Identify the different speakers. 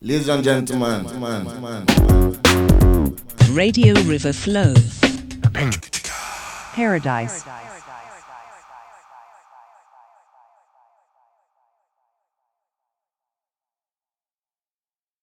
Speaker 1: Ladies and gentlemen, man, man, man.
Speaker 2: Radio River Flow. Paradise.